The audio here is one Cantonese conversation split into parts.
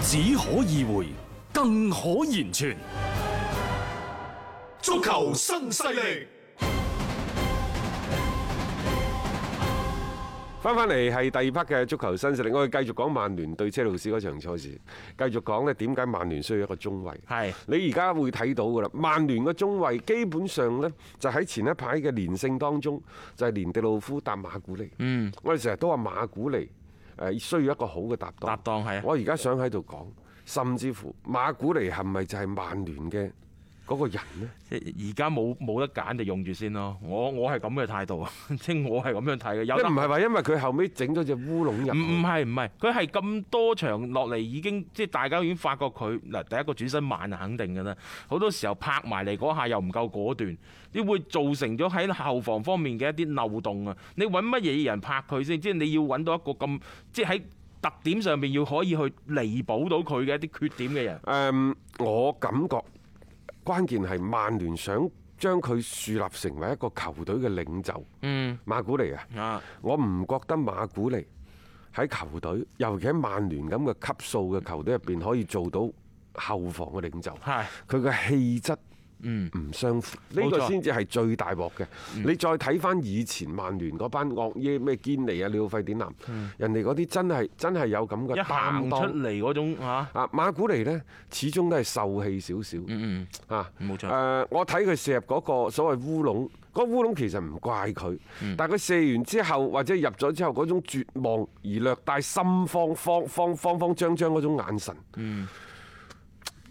只可意會，更可言傳。足球新勢力。翻翻嚟係第二 part 嘅足球新勢力，我哋繼續講曼聯對車路士嗰場賽事，繼續講呢點解曼聯需要一個中衞。係你而家會睇到㗎啦，曼聯個中衞基本上呢，就喺前一排嘅連勝當中，就係、連迪路夫搭馬古尼。嗯，我哋成日都話馬古尼誒需要一個好嘅搭檔。搭檔係啊我而家想喺度講，甚至乎馬古尼係咪就係曼聯嘅嗰個人呢？而家冇冇得揀就用住先咯。我我係咁嘅態度啊， 即係我係咁樣睇嘅。有即係得唔係話因為佢後尾整咗隻烏龍入唔唔去？係唔係，佢係咁多場落嚟已經即係大家已經發覺佢嗱第一個轉身慢係肯定㗎啦，好多時候拍埋嚟嗰下又唔夠果斷，你會造成咗喺後防方面嘅一啲漏洞啊！你揾乜嘢人拍佢先？即係你要揾到一個咁即係喺特點上面要可以去彌補到佢嘅一啲缺點嘅人。誒、嗯我感覺關鍵係曼聯想將佢樹立成為一個球隊嘅領袖。嗯馬古尼啊，啊，我唔覺得馬古尼喺球隊，尤其喺曼聯咁嘅級數嘅球隊入邊，可以做到後防嘅領袖。係佢嘅氣質。嗯唔相符，冇呢個錯嗯先至係最大鑊嘅。你再睇翻以前曼聯嗰班惡耶咩堅尼啊、廖費典南，人哋嗰啲真係真係有咁嘅嗯一行擔出當。嚟嗰種啊啊，馬古尼呢，始終都係受氣少少。嗯啊，冇錯誒、我睇佢射入嗰個所謂烏龍，嗰、烏龍其實唔怪佢，嗯但係佢射完之後或者入咗之後嗰種絕望而略帶心慌慌慌慌慌張張嗰種眼神。嗯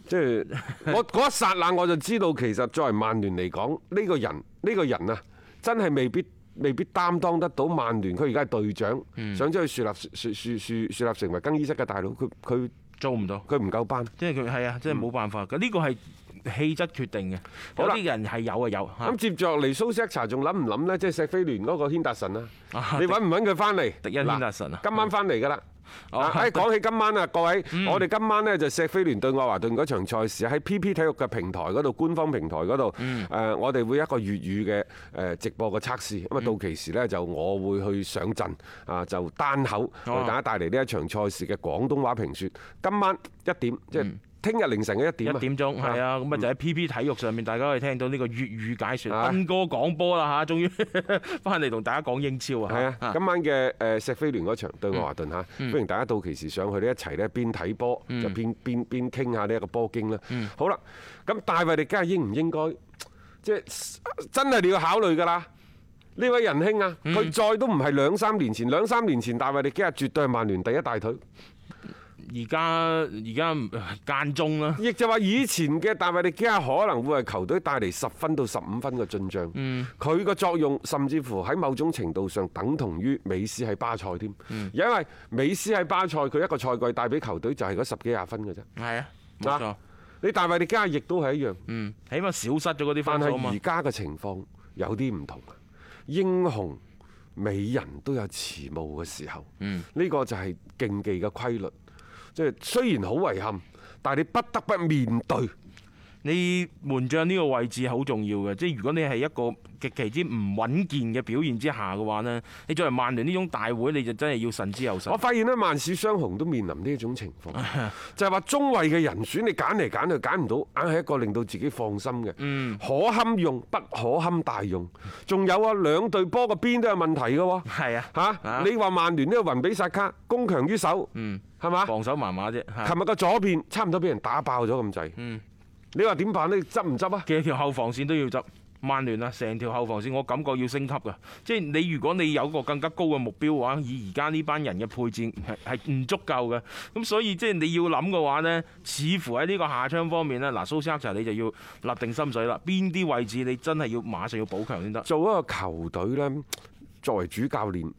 即係 我嗰一剎那我就知道，其實作為曼聯嚟講，呢、個人呢、個人啊，真係未必未必擔當得到曼聯。佢而家係隊長，嗯想將佢樹立樹樹樹樹立成為更衣室嘅大佬，佢佢做唔到。佢唔夠班。即係佢係啊，即係冇辦法。呢個係氣質決定嘅。嗯好有啦啲人係有啊有嚇咁，接著嚟蘇斯克查仲諗唔諗呢？即係石飛聯嗰個軒達臣啊， 啊你揾唔揾佢翻嚟？迪恩軒達臣啊嗱今晚翻嚟㗎啦。哦啊！ 誒講起今晚啊，各位，我哋今晚呢就石飛聯對愛華頓嗰場賽事喺 PP 體育嘅平台嗰度，官方平台嗰度，誒我哋會一個粵語嘅誒直播嘅測試，咁啊到期時呢，就我會去上陣啊，就單口為大家帶嚟呢一場賽事嘅廣東話評説。今晚一點，即係聽日凌晨嘅一點一啊點鐘係啊，咁啊就喺 PP 體育上面，大家可以聽到呢個粵語解啊説。斌哥講波啦嚇，終於 翻嚟同大家講英超啊！係啊，嚇嗯今晚嘅誒石飛聯嗰場對愛華頓嚇，歡迎大家到期時上去呢一齊呢邊睇波就邊邊邊傾下呢一個波經啦。嗯好啦，咁大衛迪加應唔應該即係真係你要考慮㗎啦？呢位仁兄啊，嗯佢再都唔係兩三年前，兩三年前大衛迪基亞絕對係曼聯第一大腿，而家而家呃間中啦，亦就話以前嘅大衛迪基亞可能會係球隊帶嚟十分到十五分嘅進帳，佢個作用甚至乎喺某種程度上等同於美斯喺巴塞添，因為美斯喺巴塞佢一個賽季帶俾球隊就係嗰十幾廿分嘅啫，係啊，冇錯啊，你大衛迪基亞亦都係一樣，嗯，起碼少失咗嗰啲但分數係啊嘛而。家嘅情況有啲唔同啊，英雄。美人都有遲暮嘅時候，呢、個就係競技嘅規律。即係雖然好遺憾，但係你不得不面對。你門將呢個位置好重要嘅，即係如果你係一個極其之唔穩健嘅表現之下嘅話呢，你作為曼聯呢種大會，你就真係要慎之又慎我。發現咧，萬事雙雄都面臨呢一種情 況，就係話中衞嘅人選你揀嚟揀去揀唔到，硬係一個令到自己放心嘅，嗯可堪用不可堪大用。仲有啊，兩隊波個邊都有問題嘅喎。係啊，嚇！你話曼聯呢個雲比薩卡攻強於守，嗯，係嘛？防守麻麻啫。係琴日個左邊差唔多俾人打爆咗咁滯。嗯你話點辦呢？執唔執啊？嘅條後防線都要執。曼聯啊，成條後防線我感覺要升級㗎，即係你如果你有個更加高嘅目標嘅話，以而家呢班人嘅配置係係唔足夠嘅，咁所以即係你要諗嘅話呢，似乎喺呢個下窗方面呢，嗱蘇斯克查你就要立定心水啦，邊啲位置你真係要馬上要補強先得。做一個球隊呢，作為主教練，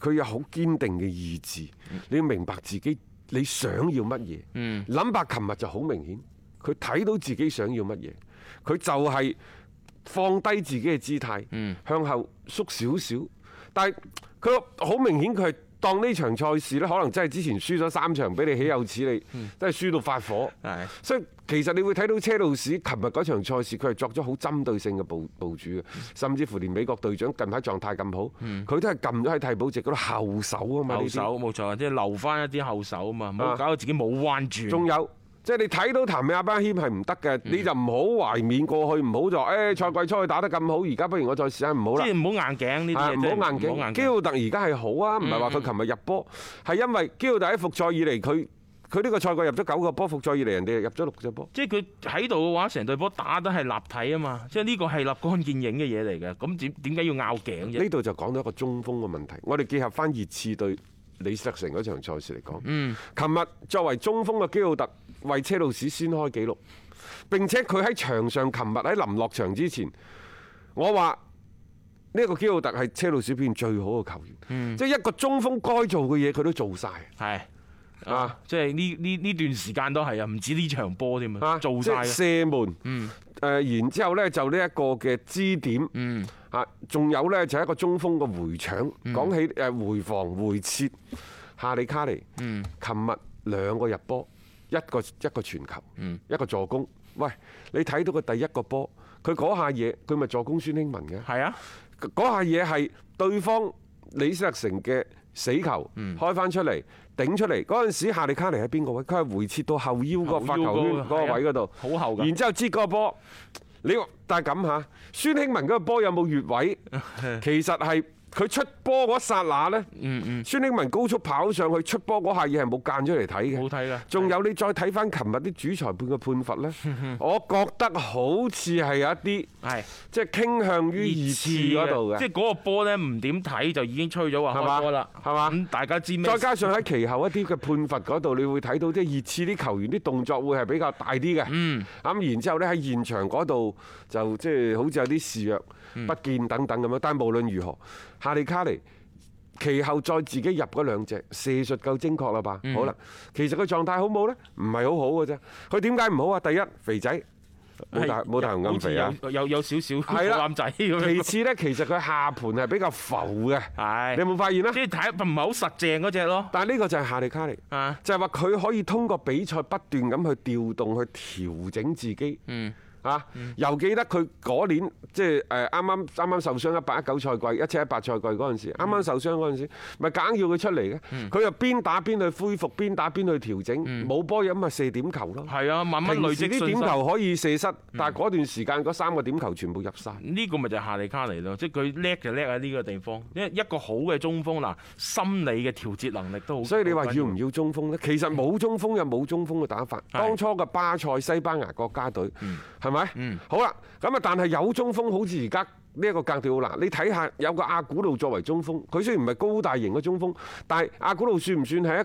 佢有好堅定嘅意志，你要明白自己你想要乜嘢。嗯，諗白琴日就好明顯，佢睇到自己想要乜嘢，佢就係放低自己嘅姿態，嗯向後縮少少。但係佢好明顯，佢係當呢場賽事呢，可能真係之前輸咗三場，俾你豈有此理，嗯真係輸到發火。係所以其實你會睇到車路士琴日嗰場賽事，佢係作咗好針對性嘅部部署嘅，甚至乎連美國隊長近排狀態咁好，佢都係撳咗喺替補席嗰度後手啊嘛。呢啲嗯後手冇錯，即係留翻一啲後手啊嘛，唔好啊搞到自己冇彎轉。仲有。即係你睇到譚美亞巴謙係唔得嗯嘅，你就唔好懷緬過去，唔好就話誒賽季初佢打得咁好，而家不如我再試下唔好啦即係。唔好硬頸呢啲啊嘢，唔真係好硬頸。基奧特而家係好啊，唔嗯係話佢琴日入波，係因為基奧特喺復賽以嚟，佢佢呢個賽季入咗九個波，復賽以嚟人哋入咗六隻波。即係佢喺度嘅話，成隊波打得係立體啊嘛，即係呢個係立竿見影嘅嘢嚟嘅。咁點點解要拗頸啫？呢度就講到一個中鋒嘅問題。我哋結合翻熱刺對李斯特城嗰場賽事嚟講，嗯，琴日作為中鋒嘅基奧特為車路士先開紀錄，並且佢喺場上琴日喺臨落場之前，我話呢個基奧特係車路士邊最好嘅球員，嗯即係一個中鋒該做嘅嘢佢都做晒。係啊，即係呢呢呢段時間都係啊，唔止呢場波添啊，做晒即係啊，射門，誒、然之後呢，就呢一個嘅支點，嗯啊，仲有呢，就係一個中鋒嘅回搶。講起誒回防回撤，夏利卡尼，嗯琴日兩個入波，一個一個傳球，嗯一個助攻。喂，你睇到佢第一個波，佢嗰下嘢，佢咪助攻孫興文嘅？係啊，嗰下嘢係對方李斯特城嘅死球，嗯開翻出嚟頂出嚟嗰陣時，夏利卡尼喺邊個位？佢係回撤到後腰個發球圈嗰後腰嗰個啊個位嗰度，好後㗎然之後接個波，你但係咁嚇，孫興文嗰個波有冇越 位？其實係佢出波嗰一剎那呢，嗯孫興文高速跑上去出波嗰下嘢係冇間出嚟睇冇嘅。睇㗎。仲有你再睇翻琴日啲主裁判嘅判罰呢， 我覺得好似係有一啲係即係傾向於熱刺嗰度嘅即。係嗰個波咧唔點睇就已經吹咗話係嘛開波啦，係嘛咁大家知咩？再加上喺其後一啲嘅判罰嗰度，你會睇到即係熱刺啲球員啲動作會係比較大啲嘅。嗯咁然之後呢，喺現場嗰度就即係好似有啲示弱、不見等等咁樣。但係無論如何，夏利卡尼其後再自己入嗰兩隻射術夠精確啦吧？嗯好啦，其實佢狀態好冇呢？唔係好好嘅啫。佢點解唔好啊？第一，肥仔冇大係冇大雄咁肥啊好。似有有有少少係啦攬仔咁其樣，次呢，其實佢下盤係比較浮嘅，係你有冇發現呢即？係睇唔係好實正嗰只咯，但係呢個就係夏利卡尼。啊，就係話佢可以通過比賽不斷咁去調動、去調整自己。嗯。啊！又記得佢嗰年即係誒啱啱啱啱受傷一八一九賽季、一七一八賽季嗰陣時，嗯啱啱受傷嗰陣時，咪硬要佢出嚟嘅。佢又邊打邊去恢復，邊打邊去調整，冇波咁咪射點球咯。嗯係啊，慢慢累平時積信啲心嗯點。球可以射失，但係嗰段時間嗰三個點球全部入晒。呢個咪就係夏利卡尼咯，即係佢叻就叻喺呢個地方，因為一個好嘅中鋒嗱，心理嘅調節能力都好。所以你話好緊要唔要中鋒呢？其實冇中鋒有冇中鋒嘅打法。係當初嘅巴塞、西班牙國家隊係咪嗯？好啦，咁啊，但係有中鋒，好似而家呢一個格調奧拿，你睇下有個阿古路作為中鋒，佢雖然唔係高大型嘅中鋒，但係阿古路算唔算係一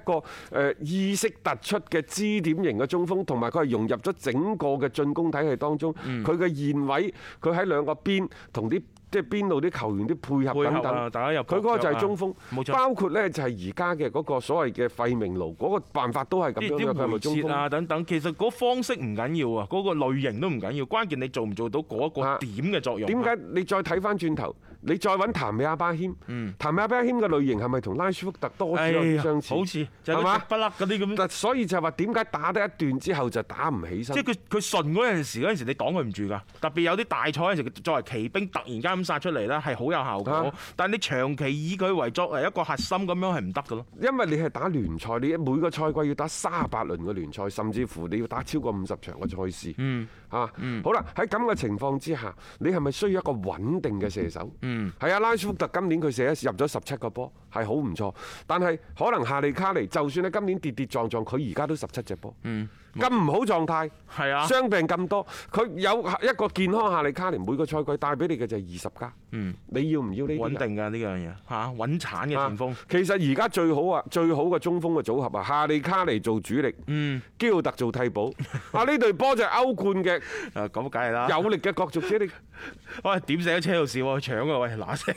個誒意識突出嘅支點型嘅中鋒？同埋佢係融嗯入咗整個嘅進攻體系當中，佢嘅現位，佢喺兩個邊同啲。即係邊路啲球員啲配合等配合啊等，大家有搏佢嗰個就腳啊係中鋒，冇錯包括呢就係而家嘅嗰個所謂嘅費明奴嗰、個辦法都係咁啲樣嘅，佢係咪中啲回撤鋒？啊等等，其實嗰方式唔緊要啊，嗰、個類型都唔緊要，關鍵你做唔做到嗰一個啊點嘅作用啊。點解你再睇翻轉頭，你再揾譚美阿巴謙，譚美阿巴謙嘅類型係咪同拉舒福特多少嗯哎有啲呀？相似？好似就係係嗰嘛隻不甩嗰啲咁，但所以就係話點解打得一段之後就打唔起身即係？佢佢順嗰陣時嗰陣時，你擋佢唔住㗎。特別有啲大賽嗰陣時，作為奇兵突然間咁殺出嚟咧，係好有效果啊。但係你長期以佢為作為一個核心咁樣係唔得㗎咯。因為你係打聯賽，你每個賽季要打三十八輪嘅聯賽，甚至乎你要打超過五十場嘅賽事。嗯，啊，好啦，喺咁嘅情況之下，你係咪需要一個穩定嘅射手？嗯，係啊，拉舒福特今年佢射咗入咗十七個波，係好唔錯。但係可能夏利卡尼，就算你今年跌跌撞撞，佢而家都十七隻波。嗯，咁唔好狀態。係啊傷病咁多，佢有一個健康夏利卡尼，每個賽季帶俾你嘅就係二十加。嗯，你要唔要呢啲啊穩人？定㗎呢樣嘢嚇，穩產嘅前鋒啊。其實而家最好啊，最好嘅中鋒嘅組合啊，夏利卡尼做主力，嗯，基奧特做替 補。啊，呢隊波就係歐冠嘅誒啊咁梗係啦。有力嘅角逐者， 你喂點寫咗車路士喎？搶啊喂嗱聲，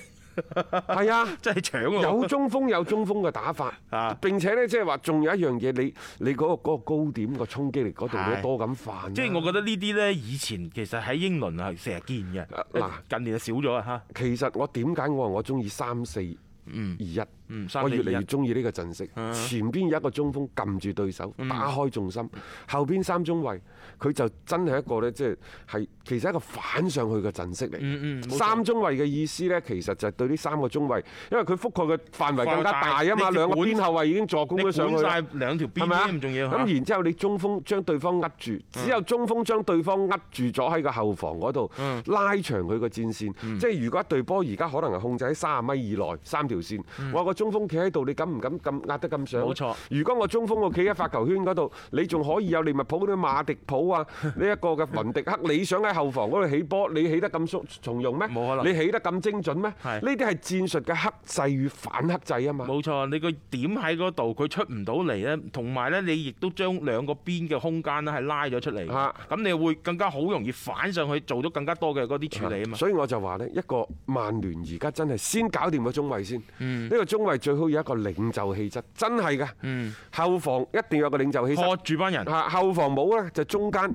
係啊。真係搶啊！有中鋒有中鋒嘅打法啊，並且呢，即係話仲有一樣嘢，你你嗰個嗰個高點個衝擊力嗰度係你多咁犯。啊即係我覺得呢啲呢，以前其實喺英倫係成日見嘅，啊嗱近年就少咗啊嚇。其實我點解我話我中意三四二一嗯，三我越嚟四越二一啊中意呢個陣式。前邊有一個中鋒撳住對手，嗯打開重心；後邊三中衞，佢就真係一個呢，即係係其實係一個反上去嘅陣式嗯嗯冇嚟。錯三中衞嘅意思呢，其實就係對呢三個中衞，因為佢覆蓋嘅範圍更加大啊範圍大嘛，你兩個管邊後衞已經助攻咗你管上去啦晒。兩條邊係咪啊添，仲要嚇咁然之後，你中鋒將對方扼住，嗯只有中鋒將對方扼住咗喺個後防嗰度，嗯拉長佢個戰線。即係如果一隊波而家可能係控制喺三十米以內三條線，我個中鋒企喺度，你敢唔敢咁壓得咁上？嗯冇錯如果我中鋒我企喺發球圈嗰度，你仲可以有利物浦嗰啲馬迪普 啊，呢一個嘅雲迪克，你想喺後防嗰度起波，你起得咁鬆從容咩？冇可能你起得咁精準咩？呢係啲係戰術嘅克制與反克制啊嘛。冇錯，你個點喺嗰度，佢出唔到嚟呢。同埋呢，你亦都將兩個邊嘅空間呢係拉咗出嚟，啊咁你會更加好容易反上去，做到更加多嘅嗰啲處理啊嘛。所以我就話呢，一個曼聯而家真係先搞掂個中衞先。呢、嗯個中衞最好有一個領袖氣質，真係㗎。嗯後防一定要有個領袖氣拖質。住班人，嚇後防冇呢，就中間，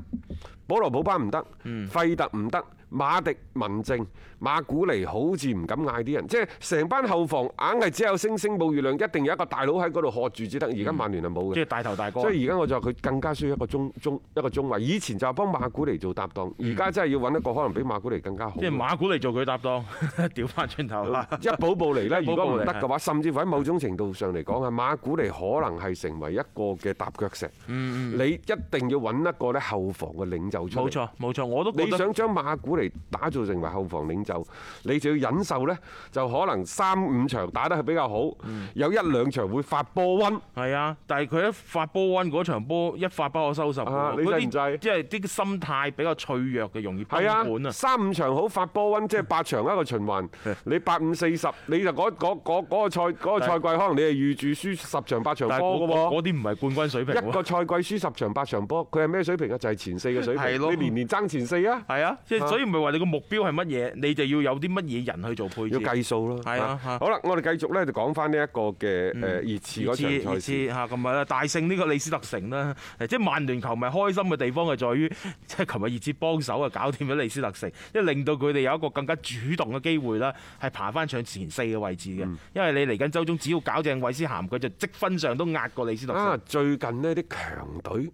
保羅普巴唔得，嗯費特唔得，馬迪文靜、馬古尼好似唔敢嗌啲人，即係成班後防硬係只有星星冇月亮，一定有一個大佬喺嗰度喝住至得。而嗯家曼聯係冇嘅即係。大頭大哥。所以而家我就話佢更加需要一個中中一個中衞，以前就係幫馬古尼做搭檔，而家真係要揾一個可能比馬古尼更加好嘅。嗯即係馬古嚟做佢搭檔， 調翻轉頭啦。 一步步嚟咧，一步如步嚟果唔得嘅話，甚至乎喺某種程度上嚟講，係啊馬古尼可能係成為一個嘅踏腳石。你一定要揾一個咧後防嘅領袖出嗯冇嚟。錯冇錯，我都覺你得想將馬古尼打造成為後防領袖，你就要忍受呢，就可能三五場打得係比較好，嗯有一兩場會發波瘟。係啊，但係佢一發波温嗰場波一發不可收拾喎啊你嗰制唔啲制即係啲心態比較脆弱嘅，容易崩係盤啊，啊。三五場好發波瘟，即係八場一個循 環。你八五四十，你就嗰嗰嗰嗰個賽嗰個賽季，可能你係預住輸十場八場但係波嘅喎嗰。嗰啲唔係冠軍水平一個喎。賽季輸十場八場波，佢係咩水平啊？就係前四嘅水係咯平。你年年爭前四啊，係啊，即係所以唔係話你個目標係乜嘢，你就要有啲乜嘢人去做配要置。計數咯。係啊嚇嗯好啦，我哋繼續咧就講翻呢一個嘅誒呃熱刺嗰熱刺場熱賽刺事。嚇，咁啊大勝呢個李斯特城啦， 誒即係曼聯球迷開心嘅地方係在於，即係琴日熱刺幫手啊，搞掂咗李斯特城，即係令到佢哋有一個更加主動嘅機會啦，係爬翻上前四嘅位置嘅。嗯因為你嚟緊周中只要搞正韋斯咸，佢就積分上都壓過李斯特啊城。，最近呢啲強隊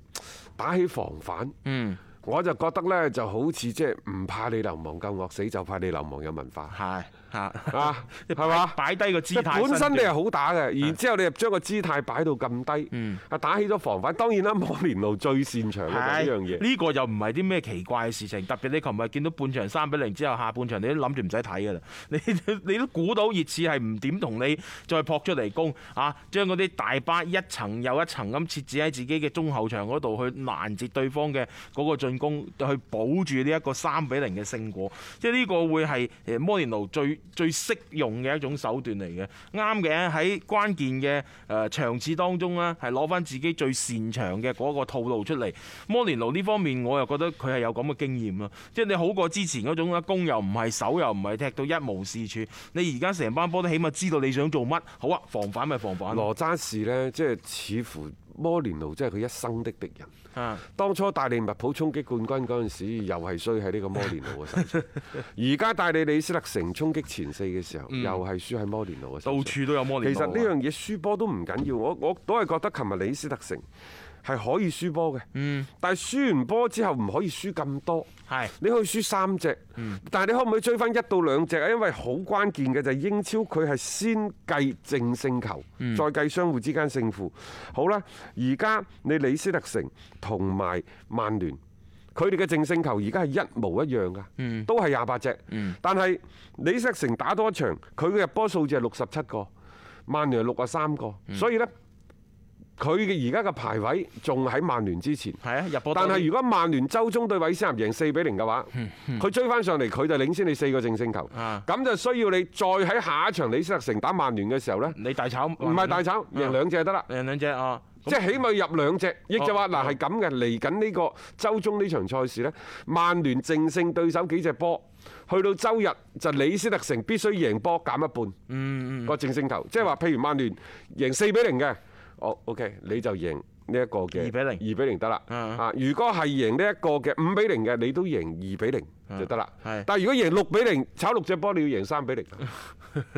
打起防反，嗯，我就覺得呢就好似即係唔怕你流氓夠惡死，就怕你流氓有文化 係嚇，啊，即係嘛？擺低個姿即係態。本身你係好打嘅，然之後你又將個姿態擺到咁低，嗯啊打起咗防反。當然啦，摩連奴最擅長嘅係就係呢樣嘢。呢個又唔係啲咩奇怪嘅事情，特別你琴日見到半場三比零之後，下半場你都諗住唔使睇㗎啦， 你你都估到熱刺係唔點同你再撲出嚟攻啊，將嗰啲大巴一層又一層咁設置喺自己嘅中後場嗰度去攔截對方嘅嗰個進攻，去保住呢一個三比零嘅勝果，即係呢個會係誒摩連奴最最適用嘅一種手段嚟嘅。啱嘅喺關鍵嘅誒呃場次當中呢，係攞翻自己最擅長嘅嗰個套路出嚟。摩連奴呢方面，我又覺得佢係有咁嘅經驗咯，即係你好過之前嗰種啦，攻又唔係，守又唔係，踢到一無是處。你而家成班波都起碼知道你想做乜，好啊，防反咪防反咯。羅渣士呢，即係似乎摩連奴即係佢一生的敵人。啊，當初帶利物浦衝擊冠軍嗰陣時，又係衰喺呢個摩連奴嘅手 上。而家帶你李斯特城衝擊前四嘅時候，又係輸喺摩連奴嘅手上。到嗯處都有摩連其奴實啊。呢樣嘢輸波都唔緊要，我我都係覺得琴日李斯特城係可以輸波嘅。嗯。但係輸完波之後唔可以輸咁多。係你可以輸三隻，但係你可唔可以追翻一到兩隻啊？因為好關鍵嘅就係英超佢係先計正勝球，再計相互之間勝負。好啦，而家你李斯特城同埋曼聯。佢哋嘅淨勝球而家係一模一樣㗎，都係廿八隻。但係李斯特城打多一場，佢嘅入波數字係六十七個，曼聯係六啊三個，所以呢，佢嘅而家嘅排位仲喺曼聯之前。係啊，入波多但啲。嗯係如果曼聯周中對韋斯咸贏四比零嘅話，佢追翻上嚟，佢就領先你四個正勝球啊。咁就需要你再喺下一場李斯特城打曼聯嘅時候呢，你大炒唔唔係大炒，嗯贏兩隻就得啦。兩兩隻啊，咁即係起碼入兩隻，亦就話哦嗱係咁嘅。嚟緊呢個周中呢場賽事呢，曼聯淨勝對手幾隻波，去到周日就李斯特城必須贏波減一半。嗯嗯，個正勝球，即係話譬如曼聯贏四比零嘅，哦 OK，你就贏。呢一個嘅2比0二比零得啦。嗯嗯啊，如果係贏呢一個嘅五比零嘅，你都贏二比零就得啦係。但係如果贏六比零，炒六隻波，你要贏三 比零，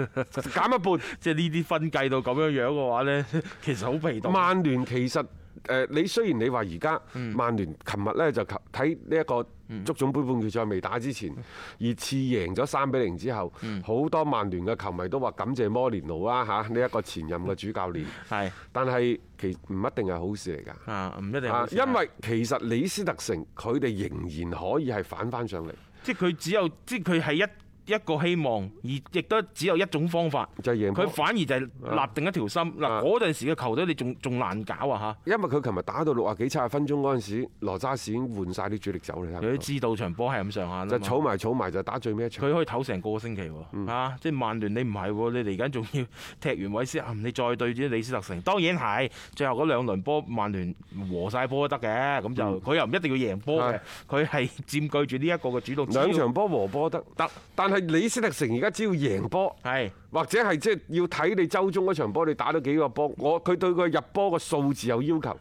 減一半。即係呢啲分計到咁樣樣嘅話呢， 其實好被動。曼聯其實誒，你雖然你話而家嗯曼聯琴日呢就及睇呢一個足總杯半決賽未打之前，嗯熱刺贏咗三比零之後，好多曼聯嘅球迷都話感謝摩連奴啊嚇呢一個前任嘅主教練，係但係其唔一定係好事嚟㗎。啊，唔一定啊好，事啊。因為其實李斯特城佢哋仍然可以係反翻上嚟，即係佢只有，即係佢係一一個希望，而亦都只有一種方法。就係贏波佢反而就係立定一條心。啊嗱，嗰陣時嘅球隊你仲仲難搞啊因為佢琴日打到六啊幾七十分鐘嗰陣時，羅渣士已經換晒啲主力走啦，差嚇！唔佢多都知道場波係咁上下啦嘛就儲埋儲埋就打最尾一場。佢可以唞成個星期嗯喎，啊！即係曼聯你唔係喎，你嚟緊仲要踢完韋斯咸，你再對住李斯特城，當然係最後嗰兩輪波曼聯和晒波都得嘅，咁嗯就佢又唔一定要贏波嘅，佢係 佔據住呢一個嘅主導。兩場波和波得得，但係李斯特城而家只要贏波，係或者係即係要睇你周中嗰場波你打咗幾個波，我佢對佢入波個數字有要求。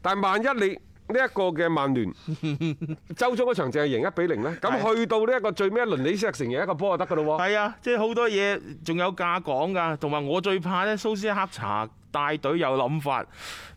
但係萬一你呢一個嘅曼 聯周中嗰場淨係贏一比零呢，咁係去到呢一個最尾一輪李斯特城贏一個波就得㗎咯喎。係啊，即係好多嘢仲有價講㗎，同埋我最怕呢，蘇斯克查帶隊有諗法，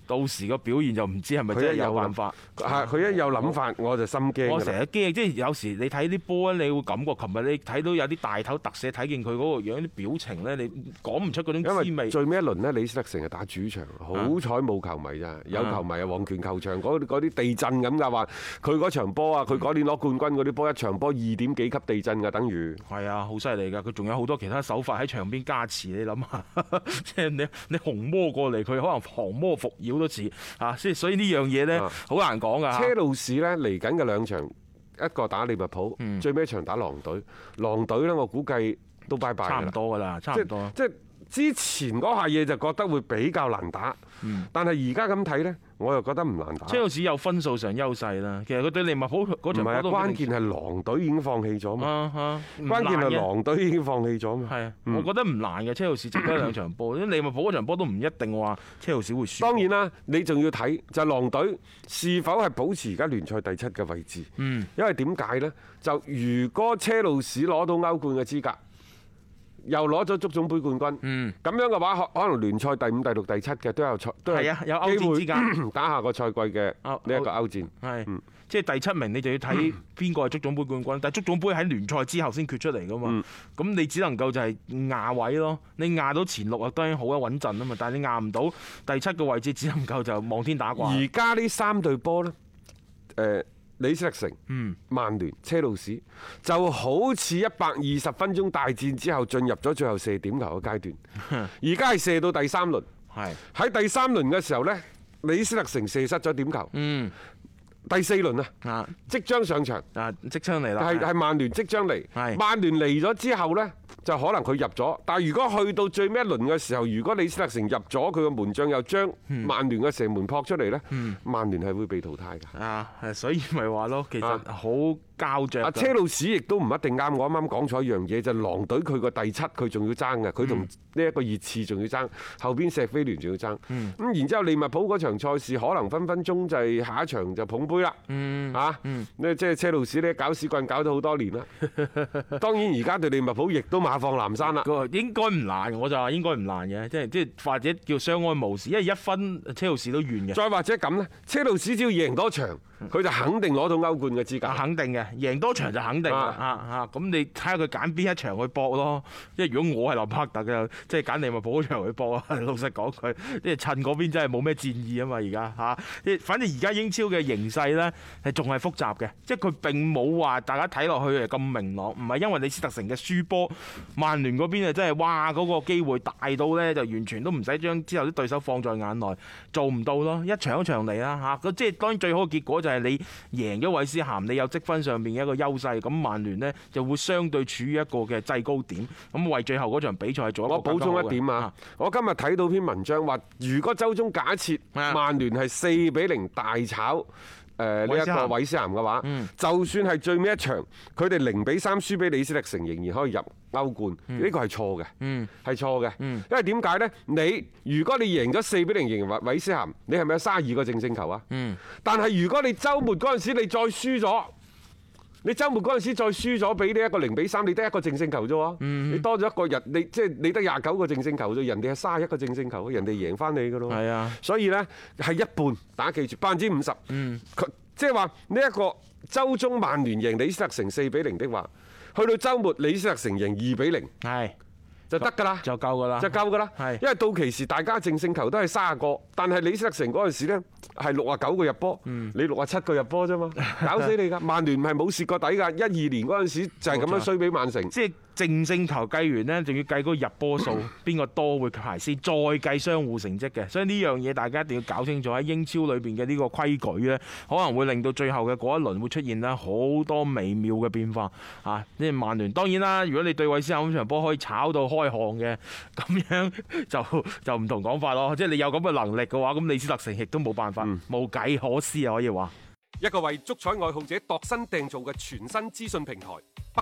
到時個表現就唔知係咪真係有辦法。係佢一有諗法我就心驚我㗎成啦日驚，即係有時你睇啲波咧，你會感覺琴日你睇到有啲大頭特寫，睇見佢嗰個樣啲表情咧，你講唔出嗰種滋因為味。最尾一輪呢，李斯特城係打主場，好彩冇球迷咋，有球迷啊，黃權球場嗰嗰啲地震咁㗎，話佢嗰場波啊，佢嗰年攞冠軍嗰啲波一場波二點幾級地震㗎，等於。係啊，好犀利㗎！佢仲有好多其他手法喺場邊加持，你諗下， 即係你你紅魔過嚟，佢可能航魔伏妖都似啊！所以所以呢樣嘢咧，啊好難講㗎。車路士呢，嚟緊嘅兩場，一個打利物浦，最尾一場打狼隊。狼隊呢，我估計都拜拜㗎啦差唔多㗎啦，差啊即唔多。即之前嗰下嘢就覺得會比較難打，但係而家咁睇呢，我又覺得唔難打。車路士有分數上優勢啦，其實佢對利物浦嗰唔場係波啊，都關鍵係狼隊已經放棄咗嘛，啊啊，唔關鍵難嘅係狼隊已經放棄咗嘛。係啊，我覺得唔難嘅，車路士只得兩 場波，因為利物浦嗰場波都唔一定話車路士會輸。當然啦，你仲要睇就係狼隊是否係保持而家聯賽第七嘅位置。嗯，因為點解呢？就如果車路士攞到歐冠嘅資格，又攞咗足總杯冠軍，咁、嗯樣嘅話，可可能聯賽第五、第六、第七嘅都有賽都係啊有歐機會戰 資哦打下個賽季嘅呢一個歐戰。係，即係第七名你就要嗯睇邊個係足總杯冠軍，但係足總杯喺聯賽之後先決出嚟噶嗯嘛，咁你只能夠就係壓位咯，你壓到前六啊當然好啊穩陣啊嘛，但係你壓唔到第七個位置，只能夠就望天打卦。而家呢三隊波呢，誒李斯特城、嗯曼聯、車路士，就好似一百二十分鐘大戰之後進入咗最後射點球嘅階段。 而家係射到第三輪，係，喺第三輪嘅時候呢，李斯特城射失咗點球。嗯第四輪啊，啊即將上場。啊，即將嚟啦，係係曼聯即將係嚟，曼聯嚟咗之後呢，就可能佢入咗，但係如果去到最尾一輪嘅時候，如果李斯特城入咗，佢個門將又將曼聯嘅射門撲出嚟呢，曼聯係會被淘汰㗎。啊，所以咪話咯，其實啊好膠着阿㗎。車路士亦都唔一定啱，我啱啱講咗一樣嘢，就係狼隊佢個第七，佢仲要爭嘅，佢同呢一個熱刺仲要爭，後邊石飛聯仲要爭。咁然之後利物浦嗰場賽事可能分分鐘就係下一場就捧杯啦。嚇，呢即係車路士呢搞屎棍搞咗好多年啦。當然而家對利物浦亦都馬放南山 啦。個應該唔難，我就話應該唔難嘅，即係即係或者叫相安無事，因為一分車路士都遠嘅，再或者咁呢，車路士只要贏多場，佢就肯定攞到歐冠嘅資啊格。肯定嘅，贏多場就肯定啦，啊啊啊咁你睇下佢揀邊一場去搏咯，即係如果我係林柏特嘅，即係揀利物浦嗰場去搏啊， 老實講佢，即係趁嗰邊真係冇咩戰意啊嘛，而家嚇，即係反正而家英超嘅形勢呢，係仲係複雜嘅，即係佢並冇話大家睇落去係咁明朗，唔係因為李斯特城嘅輸波，曼聯嗰邊啊真係哇嗰、個機會大到呢，就完全都唔使將之後啲對手放在眼內，做唔到咯，一場一場嚟啦嚇，咁即係當然最好嘅結果就係你贏咗韋斯咸，你有積分上面嘅一個優勢，咁曼聯呢就會相對處於一個嘅制高點，咁為最後嗰場比賽做一個我補充一點更加好嘅啊！，我今日睇到篇文章話，如果周中假設啊曼聯係四比零大炒。呃誒呢韋一斯個咸嗯韋斯咸嘅話，就算係最尾一場，佢哋零比三輸俾李斯特城，仍然可以入歐冠，嗯呢個係錯嘅，係錯嘅。因為點解呢？你如果你贏咗四比零贏韋韋斯咸，你係咪有卅二個正勝球啊？嗯但係如果你週末嗰陣時你再輸咗。你週末嗰陣時再輸咗俾呢一個零比三，你得一個正勝球啫喎，嗯你多咗一個人，你即係你得廿九個正勝球啫，人哋係三十一個正勝球，人哋贏翻你噶咯。係啊，所以呢，係一半，大家記住百分之五十。嗯佢即係話呢一個週中曼聯贏李斯特城四比零的話，去到週末李斯特城贏二比零係就得㗎啦。就夠㗎啦，就夠㗎啦，係因為到期時大家正勝球都係三十個，但係李斯特城嗰陣時咧係六啊九個入波，嗯你六啊七個入波啫嘛，搞死 你㗎！曼聯唔係冇蝕過底㗎，一二年嗰陣時就係咁樣衰俾曼城。即係正勝球計完呢，仲要計嗰個入波數，邊個多會排先，再計相互成績嘅。所以呢樣嘢大家一定要搞清楚喺英超裏邊嘅呢個規矩呢，可能會令到最後嘅嗰一輪會出現啦好多微妙嘅變化啊！即係曼聯當然啦，如果你對韋斯咸嗰場波可以炒到開項嘅，咁樣 就就唔同講法咯。即係你有咁嘅能力嘅話，咁李斯特城亦都冇辦法，冇計可施啊，可以話。一個為足彩愛好者度身訂造嘅全新資訊平台北